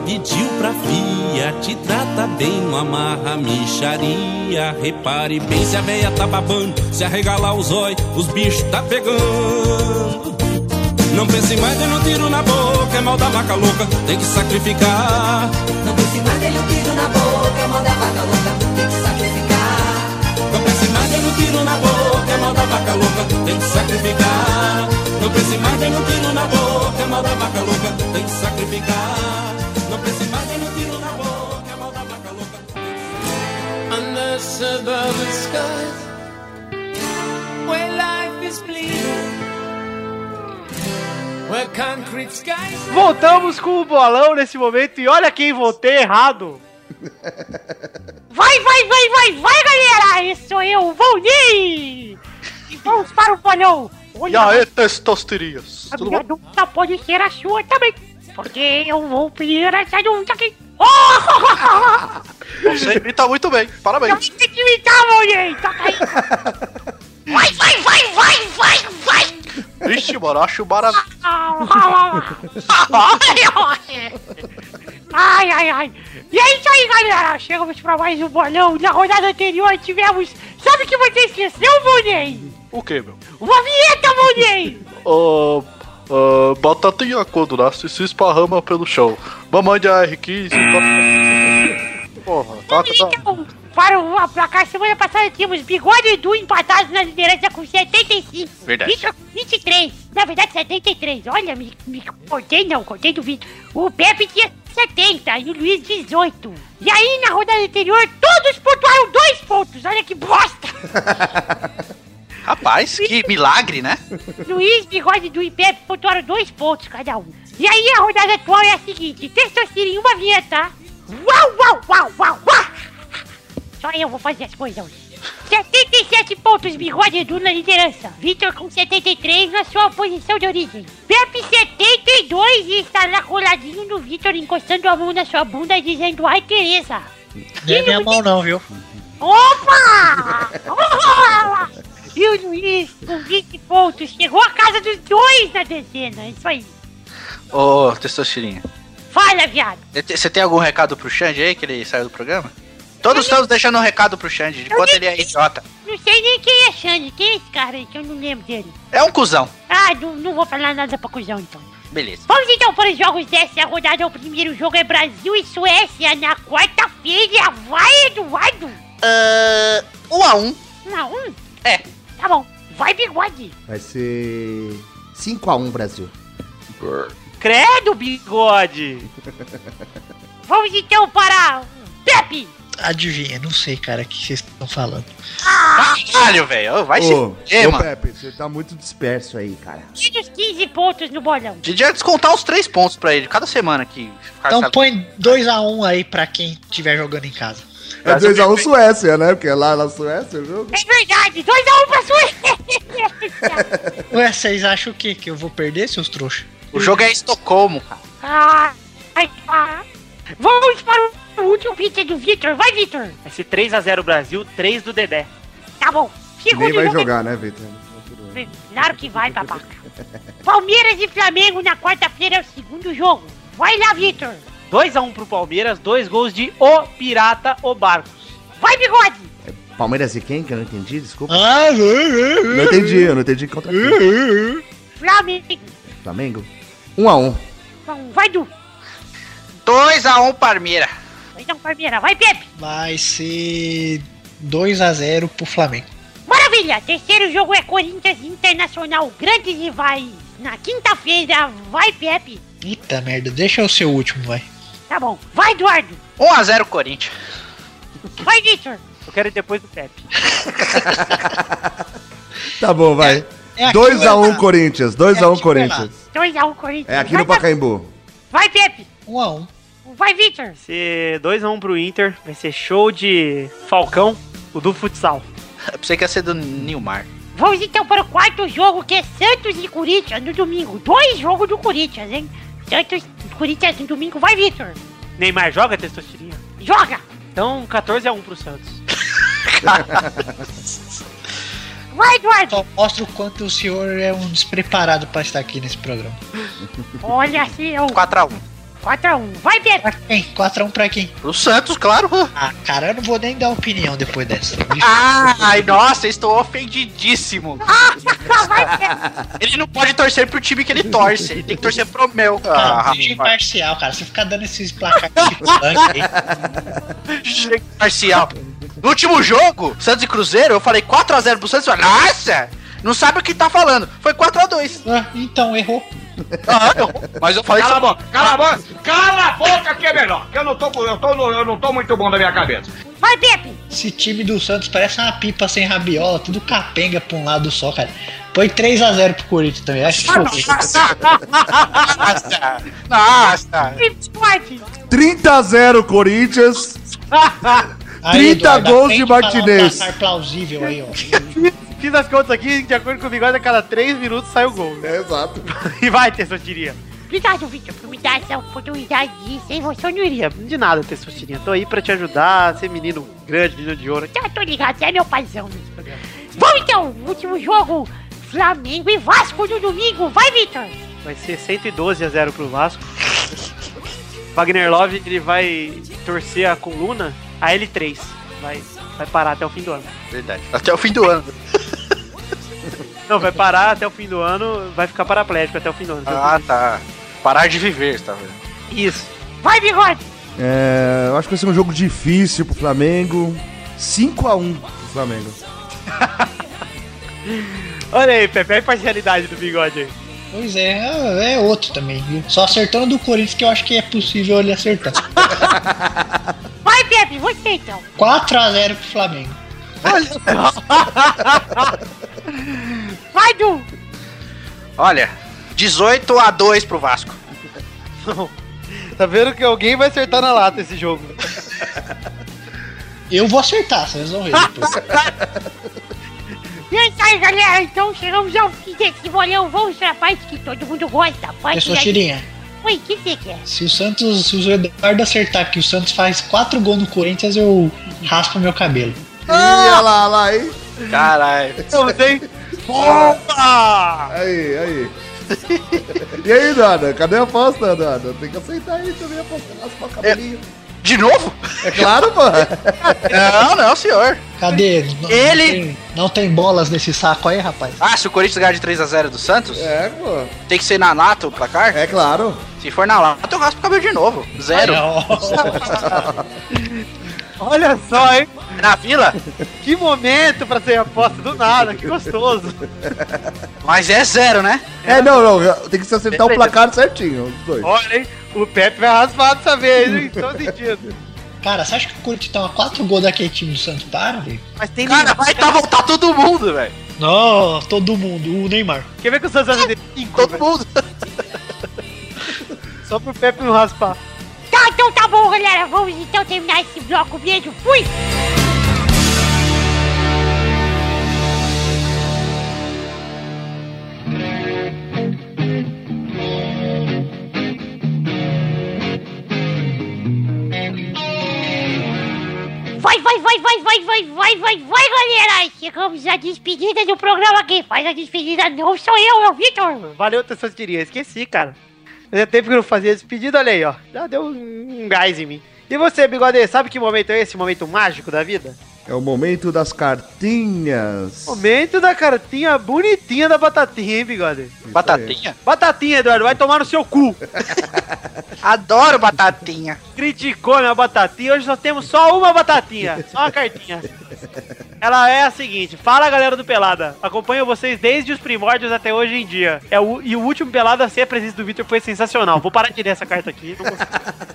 [SPEAKER 10] pediu pra fia, te trata bem, não amarra a micharia. Repare bem se a véia tá babando, se arregalar os olhos, os bichos tá pegando. Não pense mais dando tiro na boca, é mal da vaca louca, tem que sacrificar.
[SPEAKER 9] Não pense mais dele um tiro na boca, é manda a vaca louca, tem que sacrificar.
[SPEAKER 10] Não pense mais dando tiro na boca, é mal da vaca louca, tem que sacrificar. Não pense mais dando tiro na boca, é mal da vaca louca, tem que sacrificar. Não pense mais dando tiro na boca, é mal da vaca louca, tem que sacrificar.
[SPEAKER 9] Unless above the skies, where life is bleeding, where concrete skies.
[SPEAKER 3] Voltamos com o bolão nesse momento e olha quem votei errado.
[SPEAKER 4] Vai, vai, vai, vai, vai, galera! Esse sou eu, Valdir! E vamos para o bolão!
[SPEAKER 6] E
[SPEAKER 4] Olha,
[SPEAKER 6] aí, testosterias?
[SPEAKER 4] a minha dúvida pode ser a sua também, porque eu vou pedir essa dúvida aqui. Oh!
[SPEAKER 6] Você grita muito bem,
[SPEAKER 4] Eu
[SPEAKER 6] parabéns.
[SPEAKER 4] tenho que imitar, Valdir! Toca aí! Vai, vai, vai, vai, vai, vai!
[SPEAKER 6] Vixe, mano, acho maravilhoso.
[SPEAKER 4] Ai, ai, ai. E é isso aí, galera. Chegamos pra mais um bolão. Na rodada anterior tivemos. Sabe o que você esqueceu, Volney?
[SPEAKER 6] O que, meu?
[SPEAKER 4] Uma vinheta, Volney!
[SPEAKER 6] Ah, ah, batatinha quando nasce se esparrama pelo chão. Mamãe de AR-15. tá- Porra, tá,
[SPEAKER 4] Vamos
[SPEAKER 6] tá,
[SPEAKER 4] então para o placar. Semana passada tínhamos Bigode e Du empatados na liderança com 75.
[SPEAKER 6] Verdade.
[SPEAKER 4] Vitor com 23. Na verdade, 73. Olha, me, me contei não, contei do Vitor. O Pepe tinha 70 e o Luiz 18. E aí, na rodada anterior, todos pontuaram dois pontos. Olha que bosta!
[SPEAKER 6] Rapaz, que milagre, né?
[SPEAKER 4] Luiz, Bigode do IPEP pontuaram dois pontos cada um. E aí a rodada atual é a seguinte: Testosterinha, uma vinheta. Uau, uau, uau, uau, uau! Só eu vou fazer as coisas hoje. 77 pontos, Bigode Edu na liderança. Vitor com 73 na sua posição de origem. Pepe 72 e está lá coladinho no Vitor, encostando a mão na sua bunda e dizendo: Ai, Tereza.
[SPEAKER 7] Não é minha mão, não, viu?
[SPEAKER 4] Opa! Opa! E o Luiz, com 20 pontos, chegou a casa dos dois na dezena. Isso aí.
[SPEAKER 6] Ô, testosterinha.
[SPEAKER 4] Fala, viado.
[SPEAKER 6] Você tem algum recado pro Xande aí, que ele saiu do programa? Todos estamos deixando um recado pro Xande, de
[SPEAKER 4] Eu
[SPEAKER 6] quanto
[SPEAKER 4] nem-
[SPEAKER 6] ele é idiota.
[SPEAKER 4] Não sei nem quem é Xande. Quem é esse cara aí? Que eu não lembro dele.
[SPEAKER 6] É um cuzão.
[SPEAKER 4] Ah, não, não vou falar nada pra cuzão, então.
[SPEAKER 6] Beleza.
[SPEAKER 4] Vamos então para os jogos dessa rodada. O primeiro jogo é Brasil e Suécia na quarta-feira. Vai, Eduardo.
[SPEAKER 6] Ah, um a um.
[SPEAKER 4] Um a um?
[SPEAKER 6] É.
[SPEAKER 4] Tá bom. Vai, bigode.
[SPEAKER 5] Vai ser 5x1 Brasil.
[SPEAKER 3] Credo, bigode!
[SPEAKER 4] Vamos então para Pepe.
[SPEAKER 7] Adivinha, não sei, cara, o que vocês estão falando.
[SPEAKER 4] Ah.
[SPEAKER 6] Caralho, velho. Ô, Vai se
[SPEAKER 5] Ô,
[SPEAKER 6] fuder,
[SPEAKER 5] ô,
[SPEAKER 6] mano.
[SPEAKER 5] Pepe, você tá muito disperso aí, cara.
[SPEAKER 4] Menos 15 pontos no bolão.
[SPEAKER 6] Devia descontar os três pontos pra ele, cada semana que
[SPEAKER 7] Então põe 2x1 aí pra quem estiver jogando em casa.
[SPEAKER 5] É 2x1 Suécia, né? Porque é lá na Suécia o jogo.
[SPEAKER 4] É verdade, 2x1 um pra Suécia!
[SPEAKER 7] Ué, vocês acham o quê? Que eu vou perder, seus trouxas?
[SPEAKER 6] O jogo é Estocolmo, cara.
[SPEAKER 4] ah, ai, ah. Vamos para o último pizza do Victor, vai Victor!
[SPEAKER 3] Vai ser 3x0 Brasil, 3 do Dedé.
[SPEAKER 4] Tá bom,
[SPEAKER 5] Nem
[SPEAKER 4] segundo
[SPEAKER 5] vai
[SPEAKER 4] jogo.
[SPEAKER 5] jogar, né, Vitor?
[SPEAKER 4] é- Claro que vai, babaca. Palmeiras e Flamengo na quarta-feira é o segundo jogo. Vai lá, Victor!
[SPEAKER 3] 2x1 pro Palmeiras, dois gols de O Pirata O Barcos.
[SPEAKER 4] Vai, bigode!
[SPEAKER 5] Palmeiras e quem? Que eu não entendi, desculpa.
[SPEAKER 7] Ah,
[SPEAKER 5] Não entendi, eu não entendi contra quem.
[SPEAKER 7] Uhum.
[SPEAKER 4] Flamengo!
[SPEAKER 5] Flamengo. 1x1.
[SPEAKER 4] Bom, Vai, Du!
[SPEAKER 6] 2x1 Parmeira.
[SPEAKER 4] Vai, não, Palmeiras, vai, Pepe!
[SPEAKER 7] Vai ser 2x0 pro Flamengo.
[SPEAKER 4] Maravilha! Terceiro jogo é Corinthians e Internacional, grandes rivais. Na quinta-feira, vai Pepe.
[SPEAKER 7] Puta merda, deixa eu ser o último, vai.
[SPEAKER 4] Tá bom. Vai, Eduardo.
[SPEAKER 6] 1x0 Corinthians.
[SPEAKER 4] Vai, Victor.
[SPEAKER 3] Eu quero ir depois do Pepe.
[SPEAKER 5] Tá bom, vai.
[SPEAKER 7] É aqui,
[SPEAKER 5] 2x1
[SPEAKER 7] vai lá.
[SPEAKER 5] Corinthians,
[SPEAKER 7] É
[SPEAKER 5] 2x1
[SPEAKER 7] aqui, vai
[SPEAKER 5] Corinthians.
[SPEAKER 7] lá.
[SPEAKER 4] 2x1 Corinthians.
[SPEAKER 5] É aqui no
[SPEAKER 4] Vai,
[SPEAKER 5] Pacaembu.
[SPEAKER 4] Vai, Pepe.
[SPEAKER 7] Um a um.
[SPEAKER 4] Vai, Victor.
[SPEAKER 3] Vai ser 2x1 pro Inter. Vai ser show de Falcão, o do futsal.
[SPEAKER 6] Eu pensei que ia ser do Nilmar.
[SPEAKER 4] Vamos então para o quarto jogo, que é Santos e Corinthians no domingo. Dois jogos do Corinthians, hein? Santos e Corinthians no domingo. Vai, Victor.
[SPEAKER 3] Neymar joga testosterinha.
[SPEAKER 4] Joga.
[SPEAKER 3] Então 14x1 pro Santos.
[SPEAKER 4] Vai, Eduardo.
[SPEAKER 7] Só mostra o quanto o senhor é um despreparado pra estar aqui nesse programa.
[SPEAKER 4] Olha assim, é um se eu.
[SPEAKER 6] 4x1.
[SPEAKER 4] 4x1. Vai, Pepe.
[SPEAKER 7] Pra quem? 4x1 pra quem?
[SPEAKER 6] O Santos, claro.
[SPEAKER 7] Ah, cara, eu não vou nem dar opinião depois dessa.
[SPEAKER 6] Ah, Ai, nossa, estou ofendidíssimo.
[SPEAKER 4] Vai, Pepe.
[SPEAKER 6] Ele não pode torcer pro time que ele torce. Ele tem que torcer pro meu. Ah,
[SPEAKER 7] Ah,
[SPEAKER 6] rapaz.
[SPEAKER 7] seja imparcial, cara. Você ficar dando esses placares de sangue aí.
[SPEAKER 6] Chega parcial. No último jogo, Santos e Cruzeiro, eu falei 4x0 pro Santos. eu falei, Nossa! Não sabe o que tá falando. Foi 4x2.
[SPEAKER 7] Ah, então, errou.
[SPEAKER 6] Ah, eu- mas eu falei
[SPEAKER 1] Cala a
[SPEAKER 6] só-
[SPEAKER 1] boca, cala a boca, cala a boca que é melhor. Que eu não tô, com- eu tô, no- eu não tô muito bom da minha cabeça.
[SPEAKER 4] Vai, Pepe.
[SPEAKER 7] Esse time do Santos parece uma pipa sem rabiola, tudo capenga pra um lado só, cara. Põe 3x0 pro Corinthians também. Acho que
[SPEAKER 6] Nossa! Nossa!
[SPEAKER 4] Esporte.
[SPEAKER 5] 30x0 Corinthians. 30 gols de Martinez.
[SPEAKER 7] Um placar plausível aí, ó.
[SPEAKER 3] Fiz as contas aqui, de acordo com o bigode, a cada 3 minutos sai o gol. né?
[SPEAKER 5] É, exato.
[SPEAKER 3] E vai, testosterinha.
[SPEAKER 4] Obrigado, Victor, por me dar essa oportunidade de ser você no iria.
[SPEAKER 3] Ih, De nada, testosterinha. Tô aí pra te ajudar, ser menino grande, menino de ouro.
[SPEAKER 4] Tá, tô ligado, você é meu paizão nesse programa. Vamos então, último jogo. Flamengo e Vasco no domingo. Vai, Victor.
[SPEAKER 3] Vai ser 112 a 0 pro Vasco. Wagner Love, ele vai torcer a coluna, a L3. Vai, vai parar até o fim do ano.
[SPEAKER 6] Verdade. Até o fim do ano.
[SPEAKER 3] Não, vai parar até o fim do ano, vai ficar paraplégico até o fim do ano.
[SPEAKER 6] Ah, tá. Parar de viver, tá vendo?
[SPEAKER 3] Isso.
[SPEAKER 4] Vai, Bigode.
[SPEAKER 5] É, eu acho que vai ser um jogo difícil pro Flamengo. 5x1 pro Flamengo.
[SPEAKER 3] Olha aí, Pepe, a imparcialidade do bigode aí.
[SPEAKER 7] Pois é, é é outro também, viu? Só acertando do Corinthians que eu acho que é possível ele acertar.
[SPEAKER 4] Vai, Pepe, você então.
[SPEAKER 7] 4x0 pro Flamengo.
[SPEAKER 4] Vai, Du.
[SPEAKER 6] Olha, 18 a 2 pro Vasco.
[SPEAKER 3] Tá vendo que alguém vai acertar na lata esse jogo.
[SPEAKER 7] Eu vou acertar, vocês vão ver depois.
[SPEAKER 4] E é isso aí, galera. Então chegamos ao fim desse bolão. Vamos pra parte que todo mundo gosta. Parte
[SPEAKER 7] Pessoa
[SPEAKER 4] da-
[SPEAKER 7] tirinha.
[SPEAKER 4] Oi, o que você quer?
[SPEAKER 7] Se o Santos, se o Eduardo acertar que o Santos faz 4 gols no Corinthians, eu raspo meu cabelo.
[SPEAKER 3] Ah!
[SPEAKER 5] Ih, olha lá, olha lá, hein?
[SPEAKER 6] Caralho.
[SPEAKER 3] Não sei. Opa!
[SPEAKER 5] Aí, aí. e aí, Nada? Cadê a aposta, Nada? Tem que aceitar aí também a aposta. Raspa o
[SPEAKER 3] É.
[SPEAKER 5] cabelinho.
[SPEAKER 6] De novo?
[SPEAKER 5] É claro, pô.
[SPEAKER 6] Não, não, senhor.
[SPEAKER 7] Cadê? Não-
[SPEAKER 6] Ele-
[SPEAKER 7] Não tem, não tem bolas nesse saco aí, rapaz.
[SPEAKER 6] Ah, se o Corinthians ganhar de 3 a 0 do Santos,
[SPEAKER 5] É, pô.
[SPEAKER 6] tem que ser na lata o placar?
[SPEAKER 5] É claro.
[SPEAKER 6] Se for na lata, eu raspo o cabelo de novo. Zero.
[SPEAKER 3] Olha só, hein?
[SPEAKER 6] É na vila?
[SPEAKER 3] Que momento pra ser aposta do nada, que gostoso.
[SPEAKER 6] Mas é zero, né?
[SPEAKER 5] É, não, não. Tem que se acertar o placar certinho. Os dois.
[SPEAKER 3] Olha, hein? O Pepe vai raspar dessa vez, hein? Tô sentindo.
[SPEAKER 7] Cara, você acha que o Corinthians toma 4 gols daquele time do Santos? Para, velho.
[SPEAKER 3] Mas tem
[SPEAKER 6] Cara, vai tá voltar todo mundo, velho.
[SPEAKER 7] Não, todo mundo, o Neymar.
[SPEAKER 3] Quer ver que o Santos vai fazer 5,
[SPEAKER 6] Todo mundo.
[SPEAKER 3] Só pro Pepe não raspar.
[SPEAKER 4] Tá, então tá bom, galera. Vamos então terminar esse bloco. Beijo, fui! Vai, vai, vai, vai, vai, vai, vai, vai, vai, galera! Chegamos à despedida do programa aqui. Faz a despedida, não sou eu, é o Vitor.
[SPEAKER 3] Valeu, Tessantiria. Esqueci, cara. Fazia tempo que eu não fazia esse pedido, olha aí, ó. Já deu um um gás em mim. E você, bigode, sabe que momento é esse? Momento mágico da vida?
[SPEAKER 5] É o momento das cartinhas.
[SPEAKER 3] Momento da cartinha bonitinha da batatinha, hein, bigode?
[SPEAKER 6] Batatinha?
[SPEAKER 3] Batatinha, Eduardo, vai tomar no seu cu.
[SPEAKER 6] Adoro batatinha.
[SPEAKER 3] Criticou minha batatinha, hoje nós temos só uma batatinha, só uma cartinha. ela é a seguinte: fala galera do Pelada, acompanho vocês desde os primórdios até hoje em dia. É o, e o último Pelada sem a presença do Victor foi sensacional. Vou parar de ler essa carta aqui. não consigo.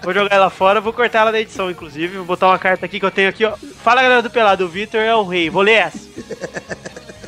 [SPEAKER 3] Vou jogar ela fora, vou cortar ela da edição, inclusive. Vou botar uma carta aqui que eu tenho aqui, ó. Fala galera do Pelada, o Victor é o rei. Vou ler essa.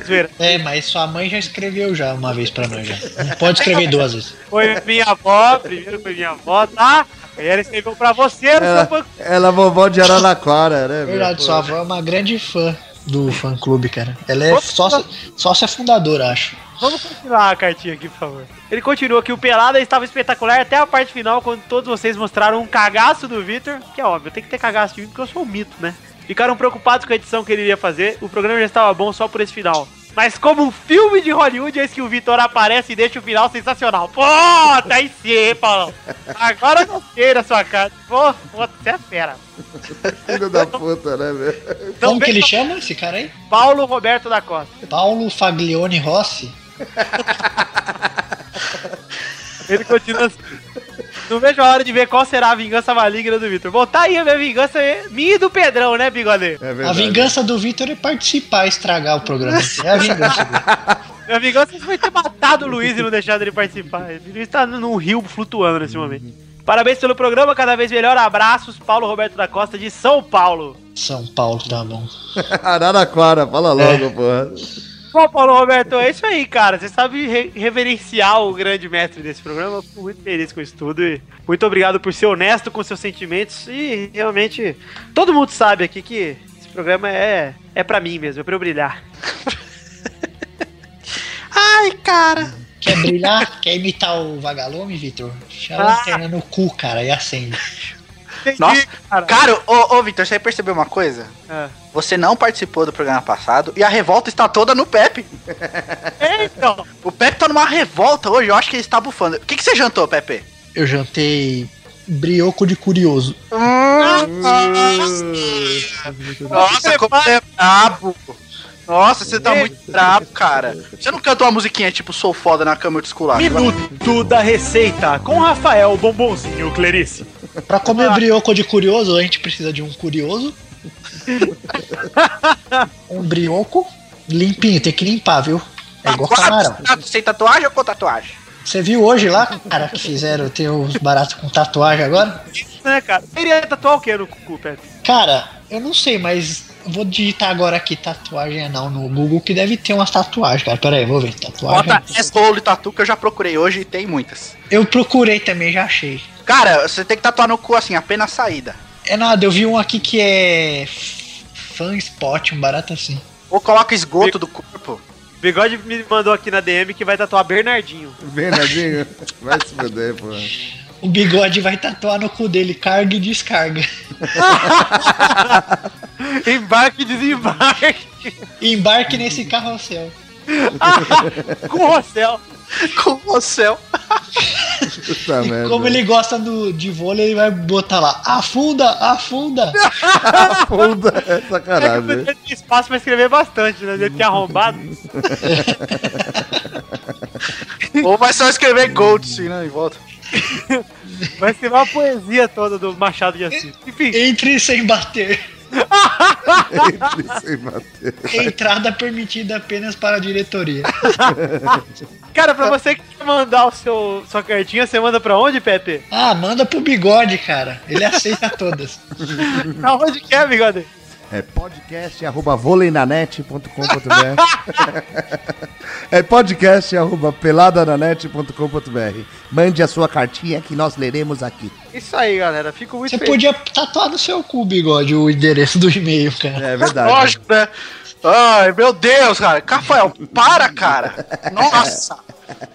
[SPEAKER 3] Zoeira.
[SPEAKER 7] É, mas sua mãe já escreveu já uma vez pra nós já. Não pode escrever duas vezes.
[SPEAKER 3] Foi minha avó, primeiro foi minha avó, tá? E ela escreveu pra você no seu banco.
[SPEAKER 5] Ela vovó de Araraquara, né? meu?
[SPEAKER 7] Verdade,
[SPEAKER 5] Pô.
[SPEAKER 7] sua avó é uma grande fã do fã clube, cara. Ela é sócia, sócia fundadora, acho.
[SPEAKER 3] Vamos continuar a cartinha aqui, por favor. Ele continua que o Pelada estava espetacular até a parte final, quando todos vocês mostraram um cagaço do Victor, que é óbvio, tem que ter cagaço de mim porque eu sou um mito, né? Ficaram preocupados com a edição que ele iria fazer, o programa já estava bom só por esse final. Mas como um filme de Hollywood, eis que o Vitor aparece e deixa o final sensacional. Pô, tá aí sim, hein, Paulão? Agora eu não queira sua cara. Pô, pô, você é fera.
[SPEAKER 5] Filho da puta, né, meu?
[SPEAKER 7] Como que ele
[SPEAKER 3] Também-
[SPEAKER 7] chama esse cara aí?
[SPEAKER 3] Paulo Roberto da Costa.
[SPEAKER 7] Paulo Faglione Rossi?
[SPEAKER 3] Ele continua assim. Não vejo a hora de ver qual será a vingança maligna do Vitor. Bom, tá aí a minha vingança, minha e do Pedrão, né, bigode?
[SPEAKER 5] É
[SPEAKER 7] A
[SPEAKER 5] verdade.
[SPEAKER 7] vingança do Vitor é participar, estragar o programa. É a vingança dele.
[SPEAKER 3] Minha vingança foi ter matado o Luiz e não deixado ele participar. O Luiz tá num rio flutuando nesse momento. Parabéns pelo programa, cada vez melhor. Abraços, Paulo Roberto da Costa, de São Paulo.
[SPEAKER 7] São Paulo, tá bom.
[SPEAKER 5] Araraquara, fala logo,
[SPEAKER 7] É.
[SPEAKER 5] porra.
[SPEAKER 3] Bom, Paulo Roberto, é isso aí, cara. Você sabe re- reverenciar o grande mestre desse programa. Eu Fico muito feliz com isso tudo. E muito obrigado por ser honesto com seus sentimentos. E realmente, todo mundo sabe aqui que esse programa é, é para mim mesmo, é pra eu brilhar. Ai, cara.
[SPEAKER 7] Quer brilhar? Quer imitar o vagalume, Vitor? Chama a lanterna no cu, cara, e acende.
[SPEAKER 3] Entendi,
[SPEAKER 6] Nossa,
[SPEAKER 3] cara.
[SPEAKER 6] Cara, ô, ô Vitor, você percebeu uma coisa?
[SPEAKER 3] Ah.
[SPEAKER 6] Você não participou do programa passado e a revolta está toda no Pepe.
[SPEAKER 3] É, então.
[SPEAKER 6] O Pepe tá numa revolta hoje, eu acho que ele está bufando. O que, que você jantou, Pepe?
[SPEAKER 7] Eu jantei brioco de curioso.
[SPEAKER 6] Nossa, como você é brabo. Nossa, você tá muito brabo, cara. Você não cantou uma musiquinha tipo Sou Foda na Câmara de Escolar?
[SPEAKER 3] Minuto da Receita com Rafael Bombonzinho Clarice.
[SPEAKER 7] Pra comer brioco de curioso, a gente precisa de um curioso. um brioco limpinho, tem que limpar, viu? É igual camarão.
[SPEAKER 6] tá Sem tatuagem ou com tatuagem?
[SPEAKER 7] Você viu hoje lá, cara, que fizeram ter os baratos com tatuagem agora?
[SPEAKER 3] Isso, né, cara? Ele ia tatuar o que no cu, Pepe?
[SPEAKER 7] Cara, eu não sei, mas vou digitar agora aqui tatuagem anal no Google que deve ter umas tatuagens, cara. Pera aí, vou ver. Tatuagem.
[SPEAKER 6] Bota S-Roll e Tatu que eu já procurei hoje e tem muitas.
[SPEAKER 7] Eu procurei também, já achei.
[SPEAKER 6] Cara, você tem que tatuar no cu assim, apenas saída.
[SPEAKER 7] É nada, eu vi um aqui que é. f- Fan spot, um barato assim.
[SPEAKER 6] Ou coloca esgoto do corpo.
[SPEAKER 3] Bigode me mandou aqui na DM que vai tatuar Bernardinho.
[SPEAKER 5] Bernardinho, vai se fuder, porra.
[SPEAKER 7] O bigode vai tatuar no cu dele, carga e descarga.
[SPEAKER 3] Embarque e desembarque
[SPEAKER 7] Embarque nesse carrossel.
[SPEAKER 3] com o Rossel.
[SPEAKER 6] Como o céu.
[SPEAKER 5] Puta
[SPEAKER 7] E
[SPEAKER 5] merda.
[SPEAKER 7] como ele gosta do, de vôlei, ele vai botar lá: afunda, afunda.
[SPEAKER 5] Puta, é
[SPEAKER 3] É que
[SPEAKER 5] sacanagem.
[SPEAKER 3] podia ter espaço pra escrever bastante, né? Ele tinha arrombado.
[SPEAKER 6] Ou vai só escrever Gold, sim, né? E volta.
[SPEAKER 3] Vai escrever uma poesia toda do Machado de Assis. Enfim,
[SPEAKER 7] Entre sem bater.
[SPEAKER 5] Ele sem bater.
[SPEAKER 7] Entrada permitida apenas para a diretoria.
[SPEAKER 3] cara, pra você que quer mandar o seu, sua cartinha, você manda pra onde, Pepe?
[SPEAKER 7] Ah, manda pro bigode, cara. Ele aceita todas.
[SPEAKER 3] Pra onde quer, bigode?
[SPEAKER 5] É podcast arroba voleinanet.com.br É podcast arroba peladananet.com.br Mande a sua cartinha que nós leremos aqui.
[SPEAKER 3] Isso aí, galera. Fico muito
[SPEAKER 7] Você
[SPEAKER 3] feliz.
[SPEAKER 7] podia tatuar no seu cu, bigode, o endereço do e-mail, cara.
[SPEAKER 5] É verdade.
[SPEAKER 6] Lógico, né? Ai, meu Deus, cara. Rafael, para, cara. Nossa.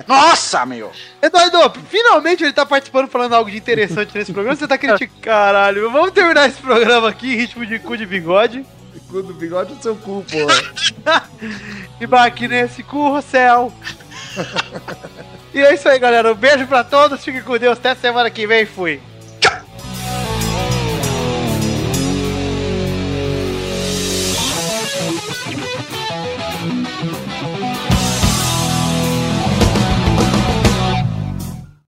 [SPEAKER 6] Nossa, meu.
[SPEAKER 3] Eduardo, finalmente ele tá participando falando algo de interessante nesse programa. Você tá criticando. Caralho, vamos terminar esse programa aqui, em ritmo de cu de bigode.
[SPEAKER 5] Cu do bigode do seu cu, porra.
[SPEAKER 3] E baque nesse cu, Rossel. e é isso aí, galera. Um beijo pra todos, fiquem com Deus. Até semana que vem, fui.